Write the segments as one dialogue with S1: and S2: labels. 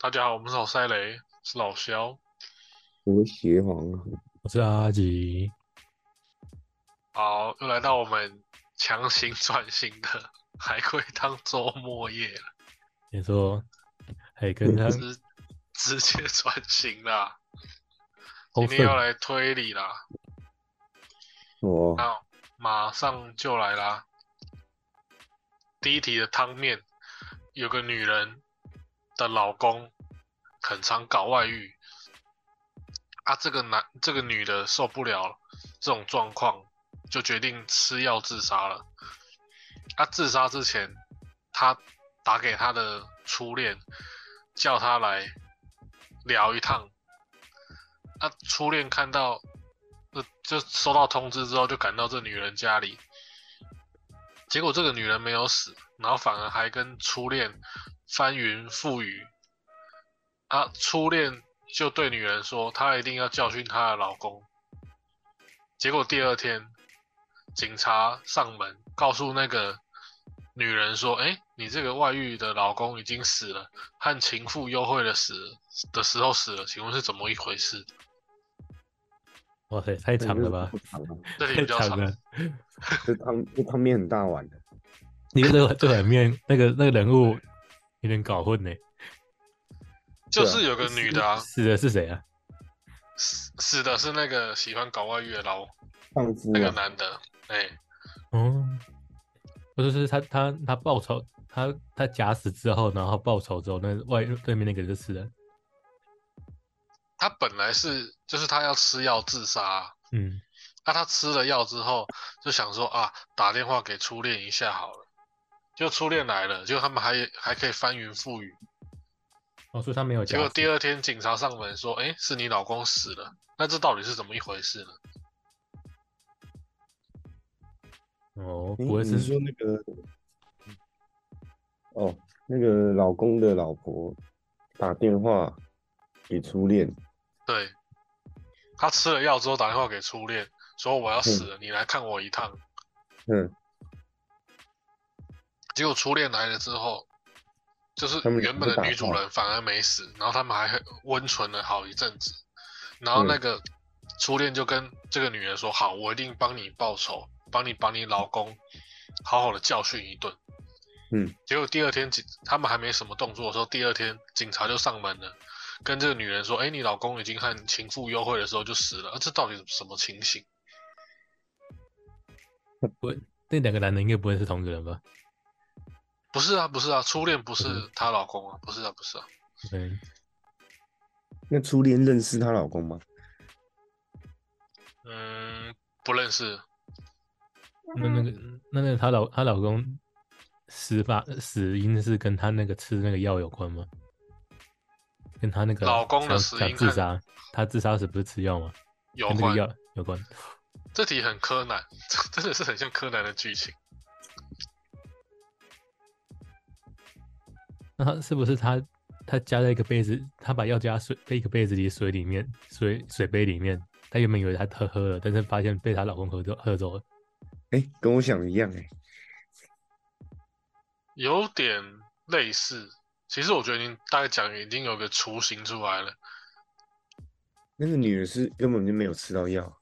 S1: 大家好，我们是老塞雷，是老肖。
S2: 我是邪皇啊，
S3: 我是阿吉，
S1: 好，又来到我们强行转型的海龟汤周末夜了，
S3: 你说海跟他
S1: 直直接转型啦。
S3: 好
S1: 今天要
S3: 粉
S1: 来推理啦，
S2: 哦，
S3: 啊
S1: 那马上就来啦。第一题的汤面，有个女人的老公很常搞外遇，啊，这个男这个女的受不了这种状况，就决定吃药自杀了。啊，自杀之前，她打给她的初恋，叫她来聊一趟。啊，初恋看到，呃，就收到通知之后，就赶到这女人家里。结果这个女人没有死，然后反而还跟初恋翻云覆雨。啊，初恋就对女人说，她一定要教训她的老公。结果第二天，警察上门告诉那个女人说：“哎，你这个外遇的老公已经死了，和情妇幽会的死了的时候死了，请问是怎么一回事
S3: 哇塞，太长了吧
S2: 不，长啊，？”
S1: 这里
S3: 太
S1: 比较
S3: 长
S1: 长，
S3: 了。
S2: 这汤这汤面很大碗的，
S3: 你这个这个面那个那个人物有点搞混呢。
S1: 就是有个女的啊，
S3: 死的是谁啊？
S1: 死死的是那个喜欢搞外遇的老
S2: 丈夫
S1: 那个
S2: 啊，
S1: 男的，哎，
S3: 哦，不是，是他他他报仇，他他假死之后，然后报仇之后，那外对面那个人就死了。
S1: 他本来是就是他要吃药自杀啊、
S3: 嗯，
S1: 那、他吃了药之后，就想说啊，打电话给初恋一下好了。就初恋来了，就他们还还可以翻云覆雨。
S3: 哦，所以他没有
S1: 结
S3: 假
S1: 果
S3: 死。
S1: 第二天警察上门说，哎、是你老公死了。那这到底是怎么一回事呢？
S3: 哦，
S2: 诶
S3: 不会
S2: 你
S3: 是
S2: 说那个，哦，那个老公的老婆打电话给初恋，
S1: 对，他吃了药之后打电话给初恋，说我要死了，你来看我一趟。
S2: 嗯，
S1: 结果初恋来了之后，就是
S2: 他们
S1: 原本的女主
S2: 两个打
S1: 人反而没死，然后他们还很温存了好一阵子。然
S2: 嗯
S1: 后那个初恋就跟这个女人说：“好，我一定帮你报仇，帮你把你老公好好的教训一顿。”
S2: 嗯，
S1: 结果第二天警他们还没什么动作的时候，第二天警察就上门了，跟这个女人说：“哎，你老公已经和情妇幽会的时候就死了，啊、这到底什么情形？”
S3: 那两个男的应该不会是同一个人吧？
S1: 不是啊，不是啊，初恋不是
S3: 嗯
S1: 她老公啊，不是啊，不是啊，
S3: 嗯，
S2: 那初恋认识她老公吗？
S1: 嗯，不认识。
S3: 那那个那那个她老她老公死法死因是跟她那个吃那个药有关吗？跟她那个
S1: 老公的
S3: 想
S1: 死
S3: 想
S1: 因
S3: 自
S1: 看
S3: 杀，她自杀时不是吃药吗？
S1: 有
S3: 跟那个
S1: 关。
S3: 药有关。
S1: 这题很柯南， 真的是很像柯南的剧情。
S3: 那她是不是她她加在一个杯子，她把药加水在一个杯子里水里面水水杯里面，她原本以为她喝喝了，但是发现被她老公喝走喝走了。
S2: 哎，跟我想的一样哎，
S1: 有点类似。其实我觉得您大概讲已经有个雏形出来了，
S2: 那个女的是根本就没有吃到药，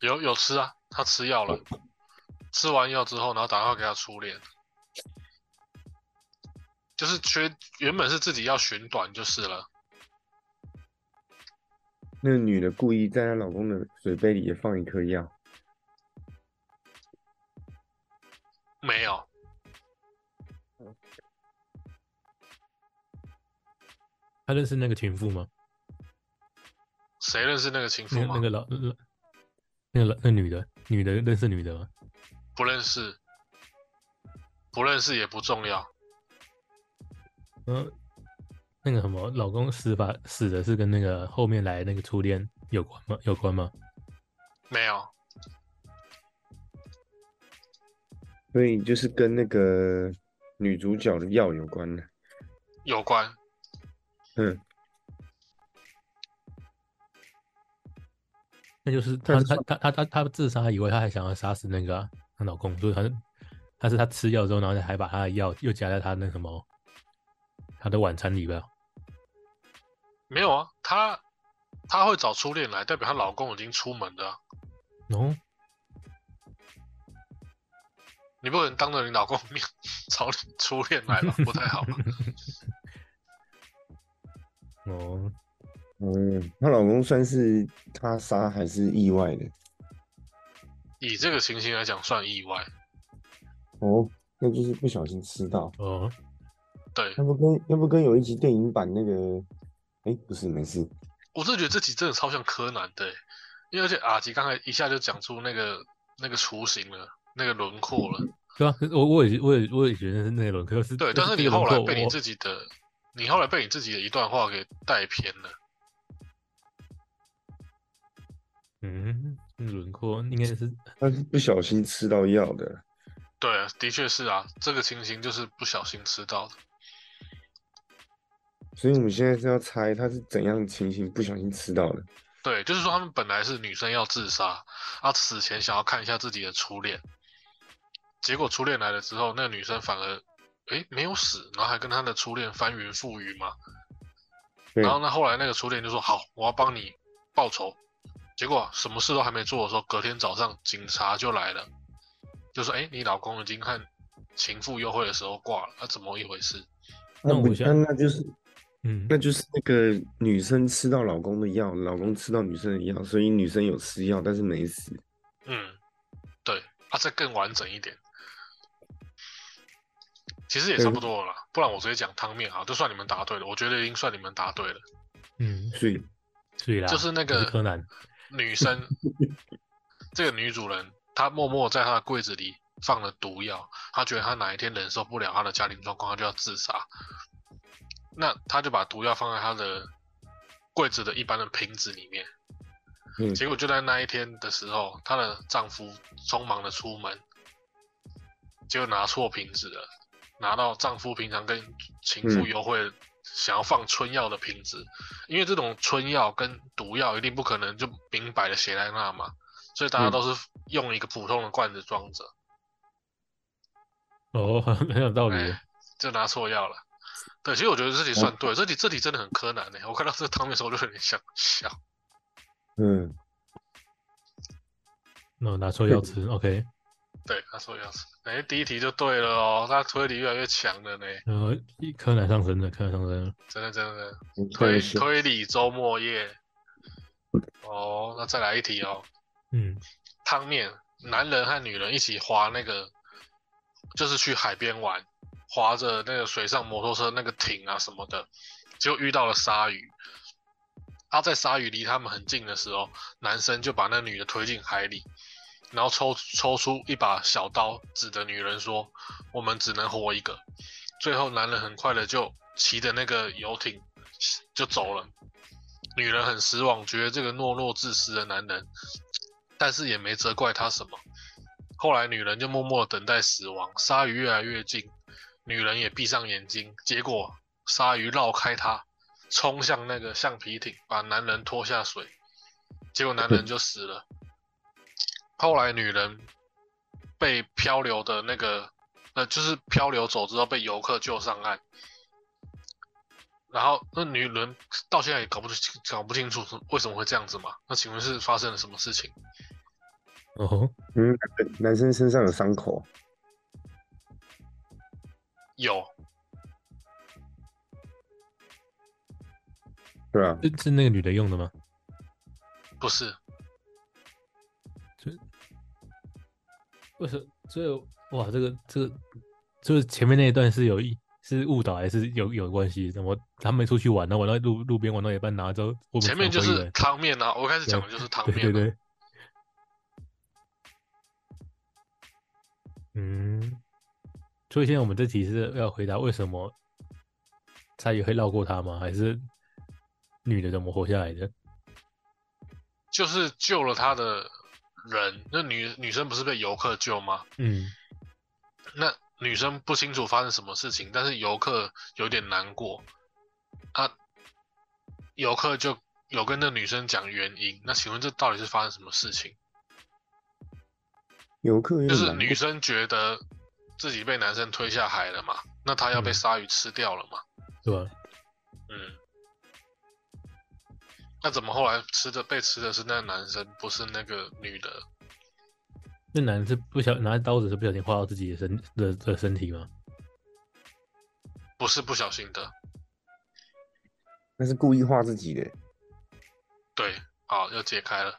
S1: 有有吃啊，他吃药了，吃完药之后，然后打电话给他初恋，就是缺原本是自己要寻短就是了，
S2: 那个女的故意在她老公的水杯里也放一颗药，
S1: 没有，
S3: 她认识那个情妇吗？
S1: 谁认识那个情妇
S3: 那
S1: 吗？
S3: 那个老老那个老那女的女的认识女的吗？
S1: 不认识，不认识也不重要，
S3: 嗯，那个什么，老公死法死的是跟那个后面来那个初恋有关吗？有关吗？
S1: 没有，
S2: 所以就是跟那个女主角的药有关的。
S1: 有关，
S2: 嗯，
S3: 那就是
S2: 但
S3: 她
S2: 是
S3: 她她她她她自杀以外，她还想要杀死那个啊她、老公，所以她是她是她吃药之后，然后还把她的药又加在她那什么她的晚餐里边，
S1: 没有啊，她她会找初恋来，代表她老公已经出门了啊、
S3: 哦，
S1: 你不可能当着你老公面 找你初恋来吧，不太好 吧。
S3: 哦，
S2: 嗯，她老公算是他杀还是意外的？
S1: 以这个情形来讲，算意外。
S2: 哦，那就是不小心吃到。
S3: 哦，
S1: 对
S2: 要不跟要不跟有一集电影版那个，哎，不是，没事，
S1: 我真的觉得这集真的超像柯南的欸，因为而且阿吉刚才一下就讲出那个那个雏形了，那个轮廓了。
S3: 对啊，可是我我也我也我也觉得是内轮，可是
S1: 对，但是
S3: 这
S1: 你
S3: 个轮
S1: 后来
S3: 廓
S1: 被你
S3: 我
S1: 自己的，你后来被你自己的一段话给带偏了。
S3: 嗯，轮廓应该是
S2: 他是不小心吃到药的。
S1: 对，的确是啊，这个情形就是不小心吃到的。
S2: 所以我们现在是要猜他是怎样的情形不小心吃到的。
S1: 对，就是说他们本来是女生要自杀，啊，死前想要看一下自己的初恋，结果初恋来了之后，那个女生反而诶没有死，然后还跟她的初恋翻云覆雨嘛。
S2: 对
S1: 然后呢，后来那个初恋就说好，我要帮你报仇。结果什么事都还没做的时候，隔天早上警察就来了，就说诶，你老公已经和情妇幽会的时候挂了，啊，怎么一回事？
S3: 那
S2: 啊不
S3: 我
S2: 那
S3: 想
S2: 那就是
S3: 嗯
S2: 那就是那个女生吃到老公的药，老公吃到女生的药，所以女生有吃药但是没死。
S1: 嗯，对，啊，再更完整一点，其实也差不多了啦，不然我直接讲汤面好，就算你们答对了，我觉得已经算你们答对了。
S3: 嗯，
S2: 所以
S3: 所以啦，
S1: 就是那个
S3: 我是柯南，
S1: 女生，这个女主人，她默默在她的柜子里放了毒药，她觉得她哪一天忍受不了她的家庭状况，她就要自杀。那她就把毒药放在她的柜子的一般的瓶子里面，
S2: 嗯
S1: 结果就在那一天的时候，她的丈夫匆忙的出门，结果拿错瓶子了，拿到丈夫平常跟情妇
S2: 嗯
S1: 幽会想要放春药的瓶子，因为这种春药跟毒药一定不可能就明摆的写在那嘛，所以大家
S2: 嗯
S1: 都是用一个普通的罐子装着，
S3: 哦， 很有道理，
S1: 哎 就拿错药了。对，其实我觉得这题算对，这题这题真的很柯南欸呢、我看到这个汤面的时候，我就有点想笑。
S2: 嗯，
S3: 那我拿错药吃，OK，
S1: 对，他说要是，哎，第一题就对了哦，他推理越来越强了呢，
S3: 然后一柯南上升了，柯南上升了，
S1: 真的真的真的。
S2: 你看
S1: 推
S2: 一下
S1: 推理周末夜。哦，那再来一题哦，
S3: 嗯，
S1: 汤面，男人和女人一起划那个，就是去海边玩，划着那个水上摩托车那个艇啊什么的，结果遇到了鲨鱼。他、在鲨鱼离他们很近的时候，男生就把那女的推进海里，然后抽抽出一把小刀，指着女人说：“我们只能活一个。”最后，男人很快的就骑着那个游艇就走了。女人很失望，觉得这个懦弱自私的男人，但是也没责怪他什么。后来，女人就默默地等待死亡，鲨鱼越来越近，女人也闭上眼睛，结果鲨鱼绕开她，冲向那个橡皮艇，把男人拖下水，结果男人就死了。后来，女人被漂流的那个，呃，就是漂流走之后被游客救上岸。然后那女人到现在也搞不清搞不清楚是为什么会这样子嘛？那请问是发生了什么事情？
S3: 哦，
S2: 嗯，男生身上有伤口，
S1: 有，
S2: 对吧？
S3: 是是那个女的用的吗？
S1: 不是，
S3: 为什所以哇，这个这个就是前面那一段是有一是误导还是有有关系？怎么他们出去玩，然后玩到路路边玩到一半，然后之后我们
S1: 前面就
S3: 突然回忆
S1: 是
S3: 了
S1: 汤面啊，我一开始讲的就是汤面、啊，
S3: 对对对，嗯，所以现在我们这题是要回答为什么鲨鱼会绕过他吗？还是女的怎么活下来的？
S1: 就是救了他的人，那女女生不是被游客救吗？
S3: 嗯，
S1: 那女生不清楚发生什么事情，但是游客有点难过，啊，游客就有跟那女生讲原因。那请问这到底是发生什么事情？
S2: 游客有
S1: 就是
S2: 难过
S1: 女生觉得自己被男生推下海了嘛，那她要被
S3: 嗯
S1: 鲨鱼吃掉了嘛？
S3: 对吧？
S1: 嗯，那怎么后来吃的被吃的是那个男生，不是那个女的？
S3: 那男的是不小拿刀子是不小心划到自己的身的的身体吗？
S1: 不是不小心的。
S2: 那是故意画自己的。
S1: 对，好，要解开了，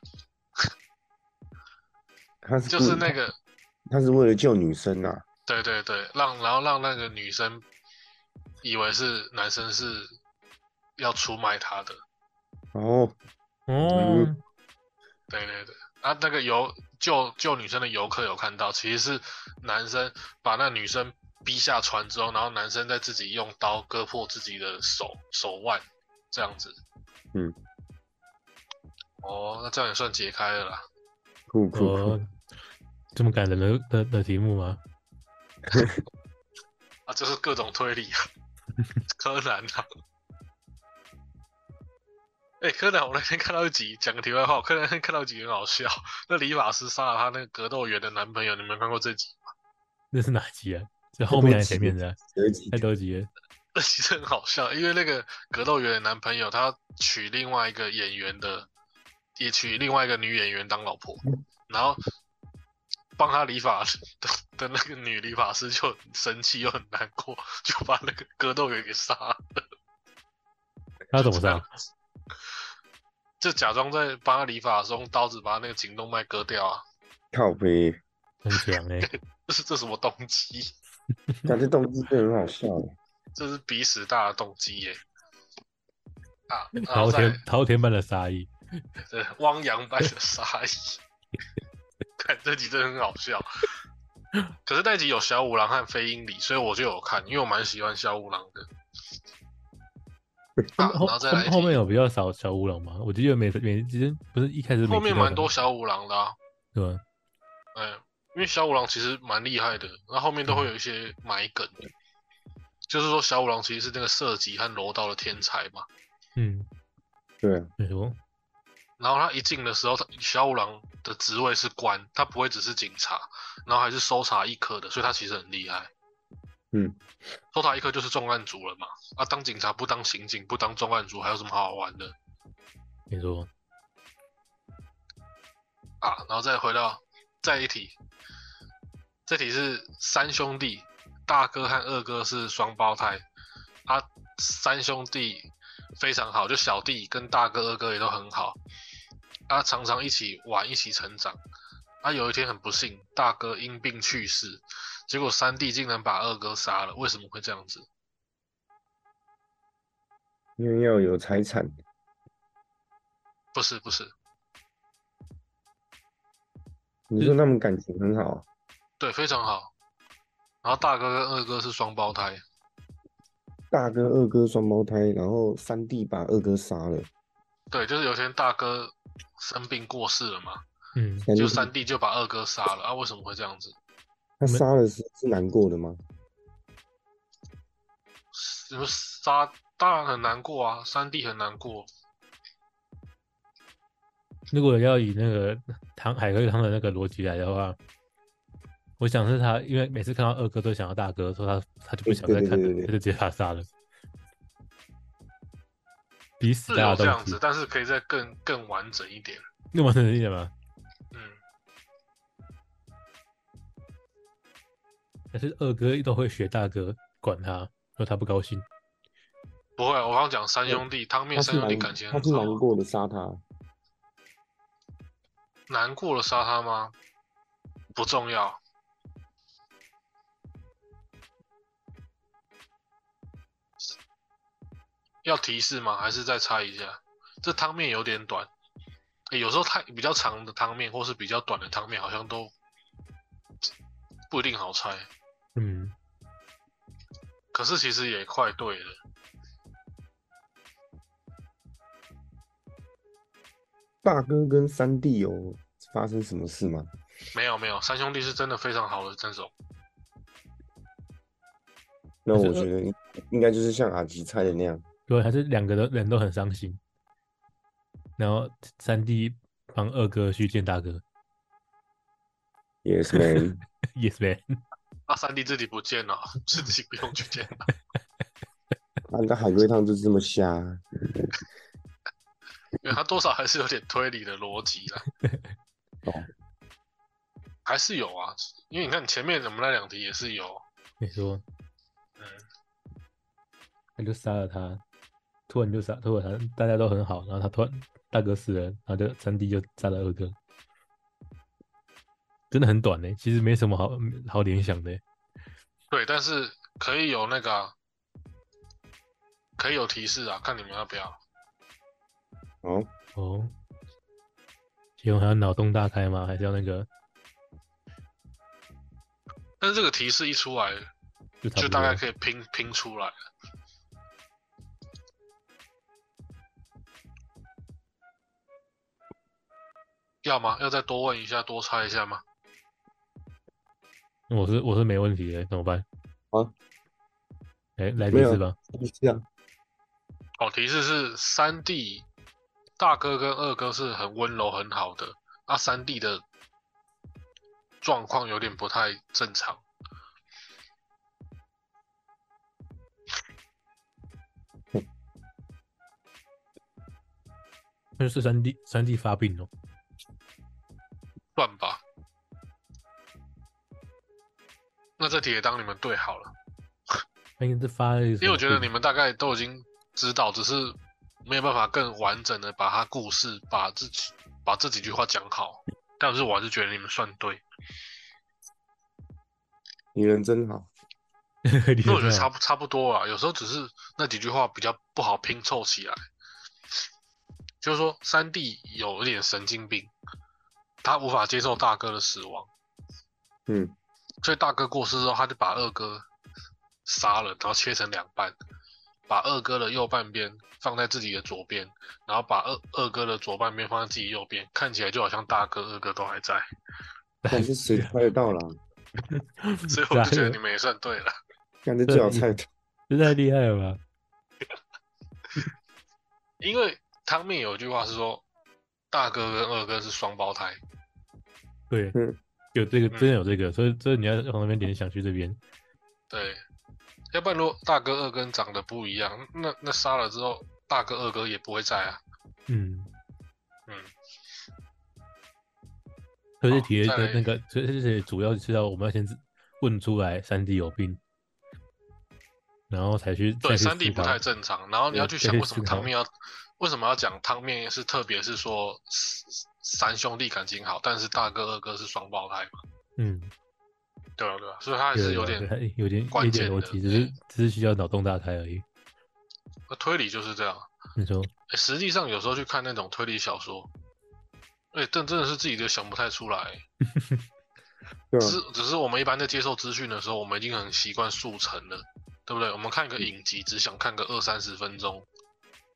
S2: 他是
S1: 就
S2: 故
S1: 是
S2: 意
S1: 那个，
S2: 他是为了救女生呐、啊，
S1: 对对对，让然后让那个女生以为是男生是要出卖她的。
S2: 然后
S3: 哦，
S1: 嗯对对对，啊，那个游救救女生的游客有看到，其实是男生把那女生逼下船之后，然后男生再自己用刀割破自己的手手腕，这样子。
S2: 嗯。
S1: 哦，那这样也算解开了啦。
S2: 酷酷酷，
S3: 哦，这么感人的的的题目吗？
S1: 啊，这是各种推理啊， 柯南啊。哎、柯南，我那天看到一集，讲个题外话，我柯南那天看到一集很好笑，那理发师杀了他那个格斗员的男朋友，你们看过这集？
S3: 那是哪集啊？是后面还是前面 的啊？
S2: 折戟
S3: 太多集了。
S1: 那其实很好笑，因为那个格斗员的男朋友他娶另外一个演员的，也娶另外一个女演员当老婆，
S3: 嗯
S1: 然后帮他理发的的那个女理发师就很生气又很难过，就把那个格斗员给杀了。
S3: 他怎么上？
S1: 就假装在帮他理发的时候，用刀子把他那个颈动脉割掉啊！
S2: 靠 背，
S3: 很强 哎、
S1: 这是这什么动机？
S2: 感觉动机真的很好笑。
S1: 这是鼻屎大的动机耶！啊，然后
S3: 滔
S1: 再
S3: 天滔天般的 杀意，
S1: 对汪洋般的杀意， 看这集真的很好笑。可是那集有小五郎和飞鹰里，所以我就有看，因为我蛮喜欢小五郎的。啊
S3: 后后
S1: 然后再来一
S3: 后
S1: 集
S3: 后面有比较少小乌龙吗？我觉得每每其实不是一开始
S1: 后面蛮多
S3: 是
S1: 小五郎的啊，
S3: 吧？
S1: 嗯，因为小五郎其实蛮厉害的，那后面都会有一些埋梗，就是说小五郎其实是那个射击和柔道的天才嘛。
S3: 嗯，
S2: 对啊，
S3: 没错，
S1: 然后他一进的时候，他小五郎的职位是官，他不会只是警察，然后还是搜查一科的，所以他其实很厉害。
S2: 嗯，
S1: 搜查一科就是重案组了嘛。啊，当警察不当刑警不当重案组，还有什么好好玩的
S3: 没错。
S1: 啊？然后再回到再一题，这题是三兄弟，大哥和二哥是双胞胎，啊，三兄弟非常好，就小弟跟大哥、二哥也都很好，啊，常常一起玩，一起成长。啊，有一天很不幸，大哥因病去世，结果三弟竟然把二哥杀了，为什么会这样子？
S2: 因为要有财产，
S1: 不是不是，
S2: 你
S3: 嗯
S2: 说他们感情很好，
S1: 对，非常好。然后大哥跟二哥是双胞胎，
S2: 大哥二哥双胞胎，然后三弟把二哥杀了，
S1: 对，就是有一天大哥生病过世了嘛，
S3: 嗯，
S2: 三弟
S1: 就三弟就把二哥杀了啊？为什么会这样子？
S2: 他杀了是是难过的吗？
S1: 你们杀当然很难过啊，三弟很难过，
S3: 如果要以那个汤海龟汤的那个逻辑来的话，我想是他，因为每次看到二哥都想要大哥，说他他就不想再看
S2: 对对对
S3: 了，
S2: 对对
S3: 他就直接把他杀了。彼此
S1: 是
S3: 大
S1: 有
S3: 家
S1: 这
S3: 都
S1: 样子，但是可以再更更完整一点。
S3: 那完整一点吗？
S1: 嗯，
S3: 但是二哥都会学大哥管他，说他不高兴。
S1: 不会啊，我刚刚讲三兄弟，汤面
S2: 他
S1: 三
S2: 是
S1: 兄弟
S2: 难
S1: 感情
S2: 他
S1: 很
S2: 是
S1: 好
S2: 难
S1: 啊，
S2: 过的杀他，
S1: 难过了杀他吗？不重要，要提示吗？还是再猜一下？这汤面有点短，诶有时候太比较长的汤面或是比较短的汤面，好像都不一定好猜。
S3: 嗯，
S1: 可是其实也快对了。
S2: 大哥跟三弟有发生什么事吗？
S1: 没有没有，三兄弟是真的非常好的这种，
S2: 那
S3: 可是
S2: 我
S3: 二
S2: 觉得应应该就是像阿吉猜的那样，
S3: 对，还是两个都人都很伤心。然后三弟帮二哥去见大哥
S2: Yes man，
S3: ，yes man，
S1: 那啊三弟自己不见了，自己不用去见了。
S2: 啊，那海龟汤就是这么瞎，。
S1: 因为它多少还是有点推理的逻辑啦
S2: 懂。
S1: 还是有啊，因为你看前面我们那两题也是有，
S3: 你说，
S1: 嗯，
S3: 他就杀了他，突然就杀，突然他大家都很好，然后他突然大哥死了，然后就三弟就杀了二哥，真的很短呢、其实没什么好好联想的欸、
S1: 对，但是可以有那个啊、可以有提示啊，看你们要不要。
S2: 好，
S3: 哦，请问还要脑洞大开吗？还是要那个
S1: 但是这个提示一出来，
S3: 就差
S1: 就
S3: 不
S1: 大
S3: 多
S1: 概
S3: 了
S1: 可以拼拼出来了。要吗？要再多问一下，多猜一下吗？
S3: 我是我是没问题的，怎么办？
S2: 啊，
S3: 哎，来提
S2: 没有
S3: 示吧。
S2: 这样
S1: 哦，提示是三弟大哥跟二哥是很温柔很好的，啊，三弟的状况有点不太正常。
S3: 那就是三弟三弟发病了，
S1: 算吧。那这题也当你们对好了，
S3: 他应该是发了一个什么
S1: 因
S3: 病。
S1: 为我觉得你们大概都已经知道，只是没有办法更完整的把它故事把自己把这几句话讲好。但是我还是觉得你们算对，
S2: 你人真好，
S3: 你
S1: 因为我觉得
S3: 知道
S1: 差不差不多啊。有时候只是那几句话比较不好拼凑起来。就是说，三弟有一点神经病，他无法接受大哥的死亡。
S2: 嗯，
S1: 所以大哥过世之后，他就把二哥杀了，然后切成两半，把二哥的右半边放在自己的左边，然后把二二哥的左半边放在自己右边，看起来就好像大哥、二哥都还 在。
S2: 但是谁猜得到啦？
S1: 所以我就觉 得
S3: 哪有
S1: 你们也算对了。
S2: 看这最好猜的，
S3: 这太厉害了吧？
S1: 因为汤面有一句话是说，大哥跟二哥是双胞胎，
S3: 对
S2: 嗯，
S3: 有这个
S1: 嗯
S3: 真的有这个，所以所以你要从那边联想去这边，
S1: 对。要不然如果大哥、二哥长得不一样，那那杀了之后，大哥、二哥也不会在啊。
S3: 嗯
S1: 嗯，
S3: 所以
S2: 哦
S3: 这
S1: 好
S3: 题
S1: 再
S3: 的
S1: 来
S3: 那个，所以这题主要是要我们要先问出来三弟有病，然后才去
S1: 对，
S3: 再去
S1: 三 D
S3: 思
S1: 不
S3: 考
S1: 太正常。然后你要
S3: 对
S1: 去
S3: 再
S1: 想
S3: 去
S1: 为什
S3: 思
S1: 么汤
S3: 考
S1: 面要为什么要讲汤面是，特别是说三兄弟感情好，但是大哥二哥是双胞胎嘛，
S3: 嗯，
S1: 对吧、对吧、啊所以他还
S3: 啊
S1: 是有点
S3: 它有点
S1: 关
S3: 有点
S1: 键
S3: 逻
S1: 的嗯
S3: 辑，只是只是需要脑洞大开而已。啊
S1: 那推理就是这样。
S3: 你说
S1: 诶实际上有时候去看那种推理小说，哎，但真的是自己都想不太出来。
S2: 对吧
S3: 嗯
S1: 只？是只是我们一般在接受资讯的时候，我们已经很习惯速成了，对不对？我们看一个影集，只想看个二三十分钟，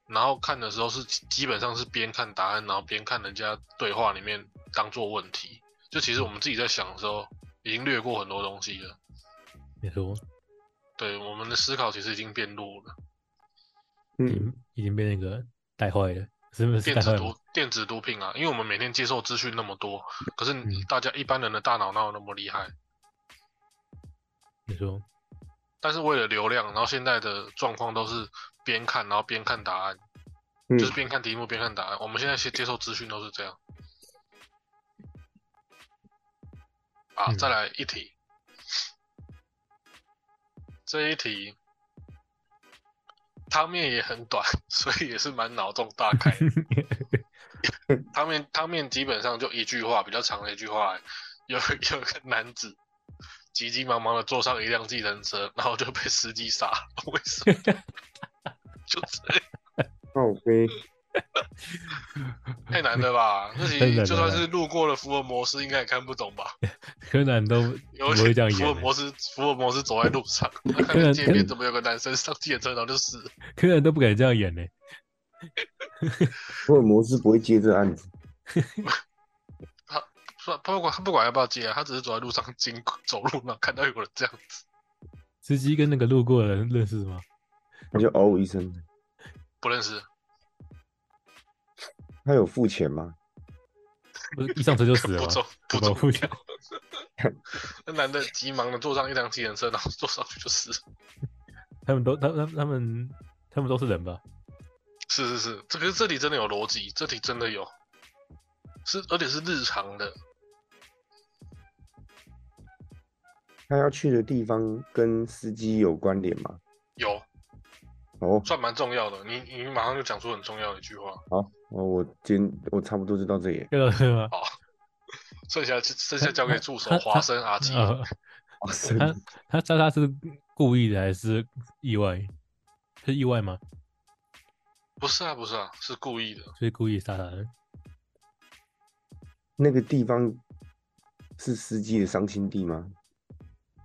S1: 然后看的时候是基本上是边看答案，然后边看人家对话里面当做问题。就其实我们自己在想的时候，已经略过很多东西了。
S3: 你说，
S1: 对，我们的思考其实已经变弱了，
S3: 已
S2: 嗯，
S3: 经已经被那个带坏了，是不是
S1: 电
S3: 带
S1: 子
S3: 坏了
S1: 毒？电子毒品啊，因为我们每天接受资讯那么多，可是
S3: 嗯
S1: 大家一般人的大脑哪有那么厉害？
S3: 你说，
S1: 但是为了流量，然后现在的状况都是边看然后边看答案，
S2: 嗯
S1: 就是边看题目边看答案。我们现在接接受资讯都是这样。啊，
S3: 嗯
S1: 再来一题，这一题汤面也很短， 所以也是蛮脑洞大开的。汤面汤面基本上就一句话，比较长的一句话，有 有个男子急急忙忙的坐上一辆计程车，然后就被司机杀了，为什么？ 就这
S2: 靠背，
S1: 太难了吧？这
S3: 太难
S1: 题
S3: 了
S1: 就算是路过了福尔摩斯，应该也看不懂 吧？
S3: 柯南都
S1: 有
S3: 不会这样
S1: 福尔
S3: 演欸，
S1: 摩斯福尔摩斯走在路 上，他看
S3: 可能
S1: 见街边怎么有个男生上计程车，然后就死了。
S3: 柯南都不敢这样演呢。
S2: 福尔摩斯不会接这案子，
S1: 他他不管他不管要不要接啊，他只是走在路上经过走路，然后看到有人这样子，
S3: 司机跟那个路过的人认识吗？
S2: 他就嗷一声。
S1: 不认
S3: 啊
S1: 识，
S2: 他有付钱吗？
S3: 不是一上车就死了
S1: 不
S3: 吗？
S1: 重不
S3: 怎么
S1: 重
S3: 会
S1: 要。那男的急忙的坐上一辆计程车，然后坐上去就死了。
S3: 他们都他他他们他们都是人吧？
S1: 是是是，这个这里真的有逻辑，这题真的有，是而且是日常的，
S2: 他要去的地方跟司机有关联吗？
S1: 有
S2: 哦，
S1: 算蛮重要的。你你马上就讲出很重要的一句话，
S2: 好，哦，我今我差不多就到这里。
S3: 对吧？对
S1: 哦
S3: 吧？
S1: 剩下剩下交给助手
S3: 他他
S1: 华生阿基。
S3: 呃，
S2: 哇塞，
S3: 他他他他是故意的还是意外？是意外吗？
S1: 不是啊不是啊，是故意的，
S3: 所以故意杀他的？
S2: 那个地方是司机的伤心地吗？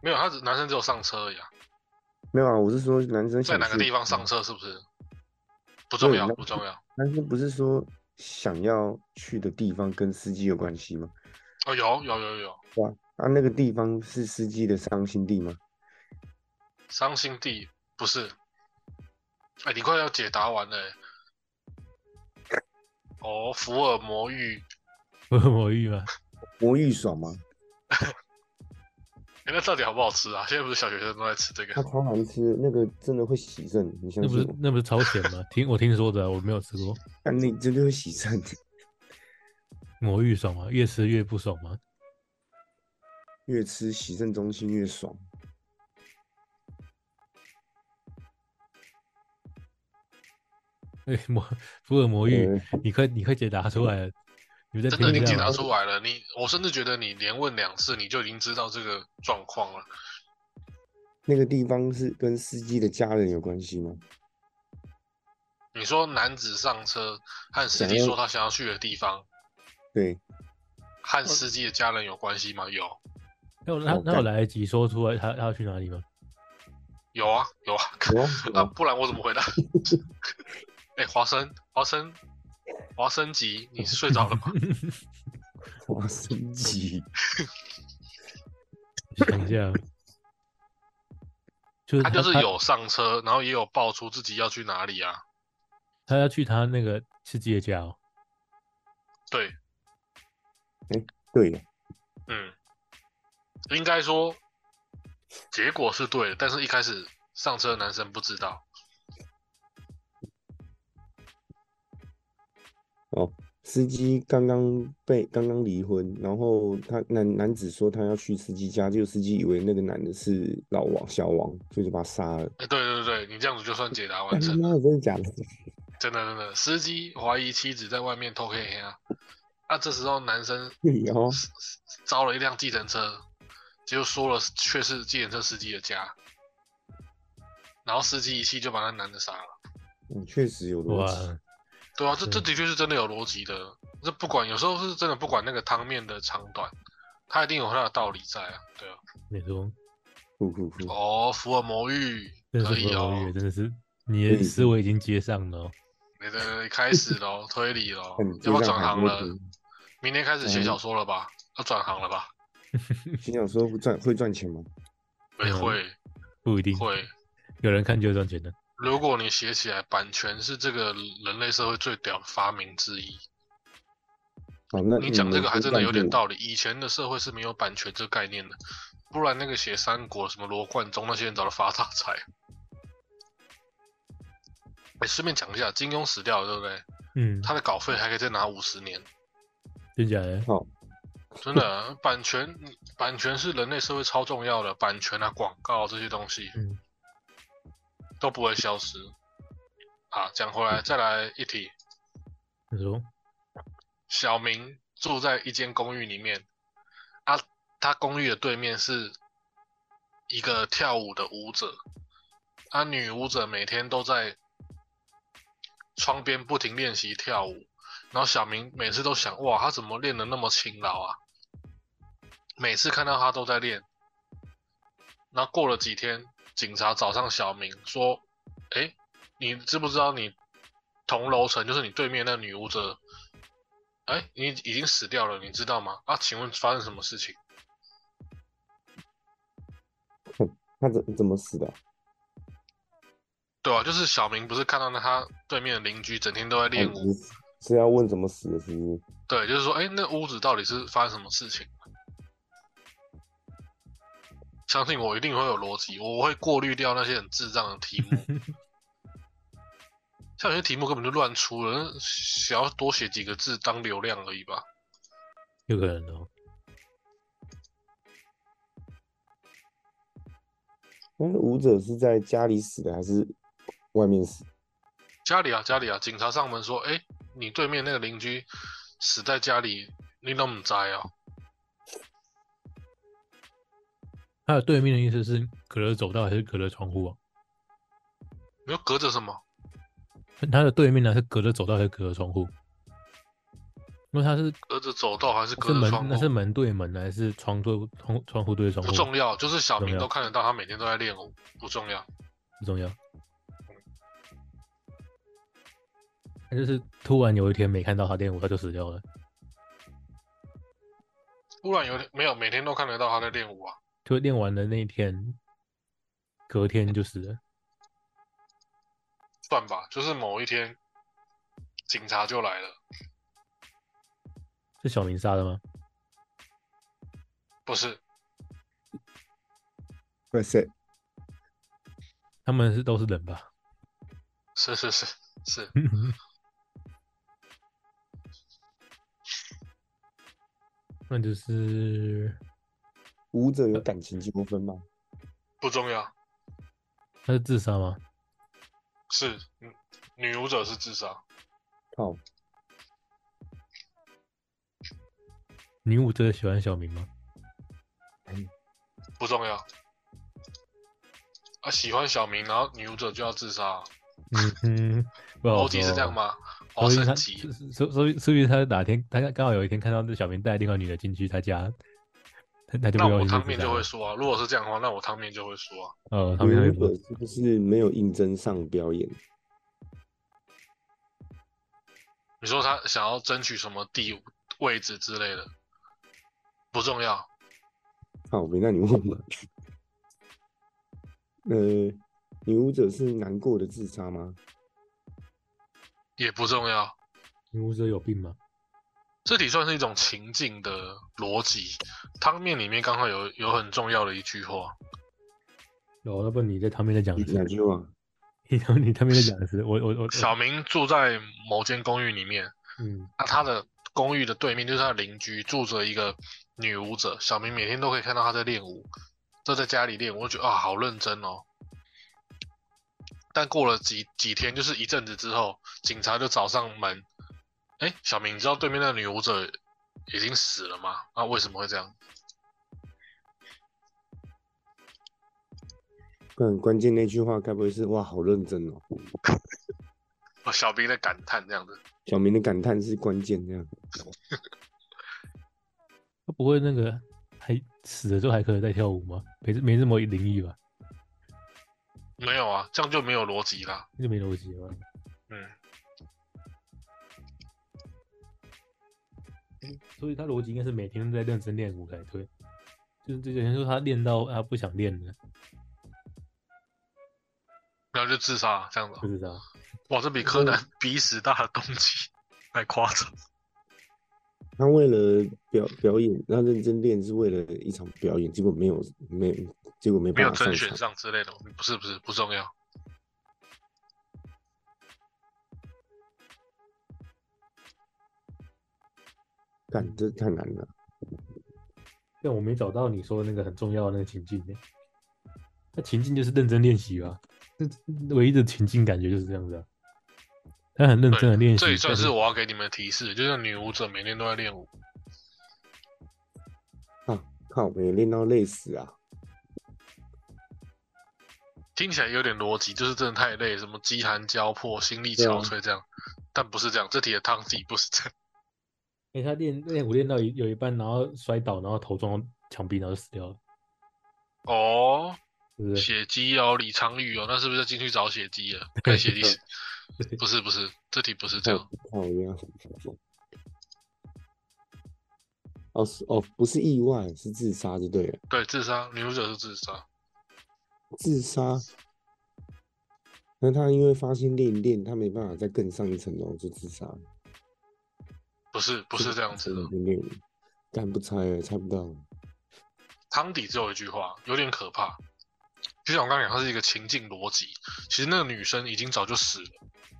S1: 没有他只男生只有上车而已啊，
S2: 没有啊，我是说男
S1: 在
S2: 生想
S1: 哪个
S2: 去
S1: 地方上车是不是？不重要
S2: 对那
S1: 不重要
S2: 男生不是说想要去的地方跟司机有关系吗？
S1: 哦有有有有
S2: 哇，啊，那个地方是司机的伤心地吗？
S1: 伤心地不是？哎、你快要解答完了欸、哦，福尔摩遇，
S3: 不是魔芋吗？
S2: 魔芋爽吗？
S1: 哎、那到底好不好吃啊？现在不是小学生都在吃这个
S2: 它？超难吃，那个真的会洗肾，你相
S3: 那不
S2: 信
S3: 是
S2: 我？
S3: 那不是朝鲜吗？听我听说的啊、我没有吃过
S2: 啊，那真的会洗肾。
S3: 魔芋爽吗？越吃越不爽吗？
S2: 越吃洗肾中心越爽。
S3: 哎，魔福尔摩芋，
S2: 呃
S3: 你快你快解答出来了！你们在
S1: 真的已
S3: 听
S1: 经解
S3: 一下
S1: 答
S3: 吗？
S1: 出来了。你我甚至觉得你连问两次，你就已经知道这个状况了。
S2: 那个地方是跟司机的家人有关系吗？
S1: 你说男子上车和司机
S2: 想要
S1: 说他想要去的地方，
S2: 对，
S1: 和司机的家人有关系吗？有，
S3: 那我那
S2: 好
S3: 那我
S2: 干
S3: 来得及说出来他他要去哪里吗？
S1: 有啊，有啊。
S2: 有啊有
S1: 那
S2: 啊
S1: 不然我怎么回答？哎、华生，华生，华生吉，你睡着了吗？
S2: 哇，升级
S3: 想一 下，啊就是
S1: 他
S3: 他
S1: 就是
S3: 他
S1: 有上车，然后也有报出自己要去哪里啊。
S3: 他要去他那个司机的家哦。
S1: 对，
S2: 对耶，
S1: 嗯，应该说结果是对的，但是一开始上车的男生不知道。
S2: 司机刚刚被刚刚离婚，然后他男男子说他要去司机家，就司机以为那个男的是老王小王，所以就把他杀了。
S1: 哎、对对对，你这样子就算解答完
S2: 干他
S1: 成了。
S2: 妈的真的假的？
S1: 真的真的，司机怀疑妻子在外面偷黑啊，啊，这时候男生
S2: 然
S3: 哦
S2: 后
S1: 招了一辆计程车，结果说了却是计程车司机的家，然后司机一气就把那男的杀了。
S2: 嗯，确实有逻
S3: 哇，
S2: 辑。
S1: 对啊，这
S3: 是
S1: 这的确是真的有逻辑的，这不管有时候是真的不管那个汤面的长短，它一定有它的道理在啊。对啊，
S3: 你说
S2: 酷 酷酷！
S1: 哦，福尔摩遇
S3: 嗯真的
S1: 可
S3: 是福
S1: 以
S3: 尔
S1: 哦
S3: 摩，芋，真的是你
S2: 可以
S3: 的
S2: 可以
S3: 思维已经接上了哦。
S1: 你的开始咯，推理 咯
S3: 哎
S2: 看你，
S1: 要
S2: 接
S1: 不要
S2: 上
S1: 转
S2: 海
S1: 行
S2: 龟
S1: 了？
S2: 壳
S1: 明天开始写
S2: 嗯
S1: 小说了吧？要转行了吧？
S2: 心想说会赚会赚钱吗？
S1: 哎会
S3: 嗯
S1: 会
S3: 不一定，
S1: 会。
S3: 有人看就会赚钱的。
S1: 如果你写起来，版权是这个人类社会最屌的发明之一。
S2: 哦，那
S1: 你讲这个还真的有点
S2: 理。
S1: 道理。以前的社会是没有版权这个概念的，不然那个写三国什么罗贯中那些人早就发大财。哎，顺便讲一下，金庸死掉了，对不对？
S3: 嗯，
S1: 他的稿费还可以再拿五十年，
S3: 真假的？
S2: 好，
S1: 真的。版权，版权是人类社会超重要的，版权啊、广告这些东西，
S3: 嗯
S1: 都不会消失。啊，讲回来，再来一题。
S3: 你说
S1: 小明住在一间公寓里面，啊，他公寓的对面是一个跳舞的舞者，啊，女舞者每天都在窗边不停练习跳舞，然后小明每次都想，哇，他怎么练得那么勤劳啊？每次看到他都在练，然后过了几天，警察找上小明说，诶，你知不知道你同楼层就是你对面那女舞者哎、你已经死掉了，你知道吗？啊，请问发生什么事情？
S2: 他怎怎么死的啊？
S1: 对啊，就是小明不是看到那他对面的邻居整天都在练
S2: 啊
S1: 舞，
S2: 你是是要问怎么死的，是不是？
S1: 对，就是说，哎、那屋子到底是发生什么事情？相信我，一定会有逻辑，我会过滤掉那些很智障的题目。像有些题目根本就乱出了，那想要多写几个字当流量而已吧。
S3: 有可能哦。
S2: 那个舞者是在家里死的还是外面死？
S1: 家里啊，家里啊，警察上门说，哎、你对面那个邻居死在家里，你都不知啊？
S3: 他的对面的意思是隔着走道还是隔着窗户啊？
S1: 你又隔着什么？
S3: 他的对面呢是隔着走道还是隔着窗户？因为他是
S1: 隔着走道还是
S3: 是
S1: 隔着
S3: 门
S1: 窗
S3: 那是
S1: 户？
S3: 门对门还是窗对窗窗户对窗户？
S1: 不重要，就是小
S3: 重
S1: 明
S3: 要
S1: 都看得到，他每天都在练舞，不重要。
S3: 不重要。他就是突然有一天没看到他练舞，他就死掉了。
S1: 突然有点没有，每天都看得到他在练舞啊。
S3: 就练完的那一天，隔天就死了。
S1: 算吧，就是某一天，警察就来了，
S3: 是小明杀的吗？
S1: 不是
S2: 哇塞，
S3: 他们是都是人吧？
S1: 是是是是，
S3: 那就是
S2: 舞者
S1: 呃
S2: 有感情纠纷吗？
S1: 不重要，
S3: 他是自杀吗？
S1: 是嗯女舞者是自杀，
S2: 靠，
S3: 女舞真的喜欢小明吗？
S1: 不重要。啊，喜欢小明，然后女舞者就要自
S3: 哦
S1: 杀，
S3: 嗯哼， 不好
S1: 逻
S3: 说
S1: 辑是这样？吗？哦好
S3: 哦所以他
S1: 神奇，
S3: 所所以所以他哪天他刚好有一天看到这小明带另外女的进去他家，他他就
S1: 那
S3: 不高
S1: 我
S3: 兴
S1: 汤面
S3: 自杀
S1: 就
S3: 了
S1: 会说啊，如果是这样的话，那我汤面就会说啊，
S3: 呃，他
S2: 舞
S3: 们还有
S2: 者是不是没有应征上表演？
S1: 你说他想要争取什么地位置之类的，不重要，
S2: 靠北，那你问我， 呃，女舞者是难过的自杀吗？
S1: 也不重要。
S3: 女舞者有病吗？
S1: 这题算是一种情境的逻辑。汤面里面刚好有有很重要的一句话，
S3: 有，哦要不然你在旁边再讲一次
S2: 哪，句话？
S3: 你从 你旁边再讲一次，我我我我
S1: 小明住在某间公寓里面，
S3: 嗯
S1: 那他的公寓的对面就是他的邻居住着一个女舞者，小明每天都可以看到她在练舞，都在家里练舞，我就觉得啊好认真哦。但过了几几天，就是一阵子之后，警察就找上门。哎，小明，你知道对面那个女舞者已经死了吗？啊，为什么会这样？
S2: 但关键那句话该不会是哇，好认真哦？
S1: 哦小明在感叹这样子。
S2: 小明的感叹是关键，这样
S3: 他不会那个还死了之后还可以再跳舞吗？没这没这么灵异吧？
S1: 没有啊，这样就没有逻辑啦。
S3: 那就没逻辑了吧。
S1: 嗯，
S3: 所以他逻辑应该是每天都在认真练舞才对，就是这些人说他练到他不想练了，
S1: 然后就自杀这样子
S3: 不
S1: 哦。
S3: 知道。
S1: 哇，这比柯南 逼死大的动机 还夸张。
S2: 他为了表表演，他认真练是为了一场表演，结果没有没结果没
S1: 没有
S2: 办法
S1: 甄选
S2: 上场。
S1: 上之类的，不是不是不重要。
S2: 干，这太难了。
S3: 但我没找到你说的那个很重要的那个情境耶。那情境就是认真练习吧，这这唯一的情境感觉就是这样子啊。他很认真的练习，
S1: 这也算
S3: 但
S1: 是我要给你们的提示，就是女舞者每天都在练舞，
S2: 靠北，练到累死啊！
S1: 听起来有点逻辑，就是真的太累，什么饥寒交迫、心力
S2: 对啊
S1: 憔悴这样，但不是这样。这题的汤底不是这样，
S3: 哎、他练练舞练到一有一半，然后摔倒，然后头撞到墙壁，然后就死掉了，
S1: 哦，
S3: 是不是？
S1: 血姬哦，李昌钰哦，那是不是要进去找血姬了？看血姬死
S3: 对
S1: 不是不是，这题不是这样，
S2: 靠啊呀！哦是哦，不是意外，是自杀就对了。
S1: 对，自杀，女舞者是自杀。
S2: 自杀。那他因为发现练一练，他没办法再更上一层楼，就自杀了。
S1: 不是不是这样子
S2: 真
S1: 的啊
S2: 的，练练，干不猜了，猜不到。
S1: 汤底只有一句话，有点可怕。就像我刚刚讲，它是一个情境逻辑。其实那个女生已经早就死了，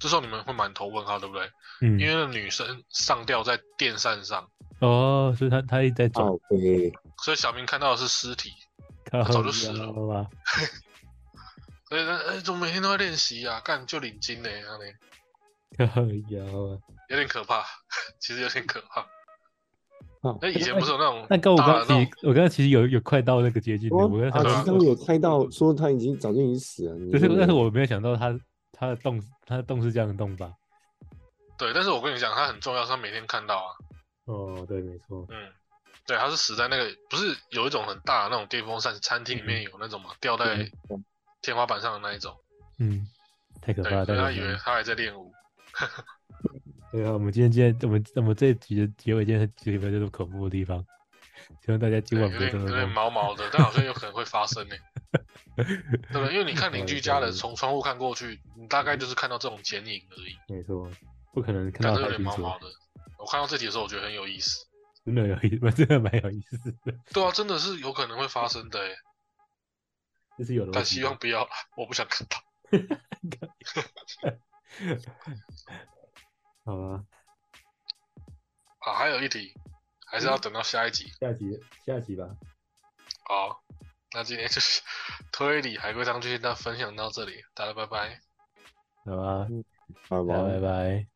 S1: 这时候你们会满头问号，对不对？
S3: 嗯
S1: 因，为那个女生上吊在电扇上，
S3: 哦，所以他他一直在转，
S2: 靠背，
S1: 所以小明看到的是尸体。
S3: 他
S1: 早就死了
S3: 吧？
S1: 所以呢，哎、怎么每天都在练习啊？干就领金嘞，那里
S3: 靠腰啊！
S1: 有点可怕，其实有点可怕。
S2: 靠
S1: 那以前不是有那种
S3: 嗯那刚我
S1: 大
S3: 刚
S1: 的那
S3: 其
S1: 种
S3: 实我刚刚其实有有快到那个接近了，我
S2: 我啊，
S3: 刚才
S1: 对
S2: 刚
S1: 啊
S2: 刚有猜到说他已经早就已经死了，你
S3: 就是
S2: 那个
S3: 但是我没有想到他他的洞他的洞是这样的洞吧？
S1: 对，但是我跟你讲，它很重要，是它每天看到啊。
S3: 哦，对，没错，
S1: 嗯，对，它是死在那个不是有一种很大的那种电风扇，餐厅里面有那种嘛，吊在
S2: 嗯
S1: 天花板上的那一种。
S3: 嗯，太可怕
S1: 对，所
S3: 了，太
S1: 以他
S3: 可怕
S1: 以为
S3: 了。
S1: 他还在练舞。
S3: 对啊，我们今天今天我们我们这一集的结尾，今天结尾就是恐怖的地方，希望大家今
S1: 对，
S3: 晚
S1: 有
S3: 不要
S1: 点
S3: 这么
S1: 有点
S3: 梦
S1: 毛毛的，但好像有可能会发生呢、对 不对？因为你看邻居家
S3: 对
S1: 的，
S3: 对
S1: 从窗户看过去，你大概就是看到这种剪影而已，
S3: 没错，不可能看
S1: 感
S3: 到
S1: 觉有
S3: 太
S1: 点
S3: 清
S1: 毛毛
S3: 楚，
S1: 的。我看到这题的时候，我觉得很有意思。
S3: 真的有意，真的蛮有意思的，
S1: 对啊，真的是有可能会发生的、欸，
S3: 就是有逻辑的。
S1: 但希望不要啦，我不想看到。
S3: 好啊，
S1: 啊，还有一题，还是要等到下一集。
S3: 下集下集吧，
S1: 好，那今天就是 推理海龟汤就先到分享到这里，大家拜拜。
S3: 好啊，
S2: 好吧
S3: 拜拜。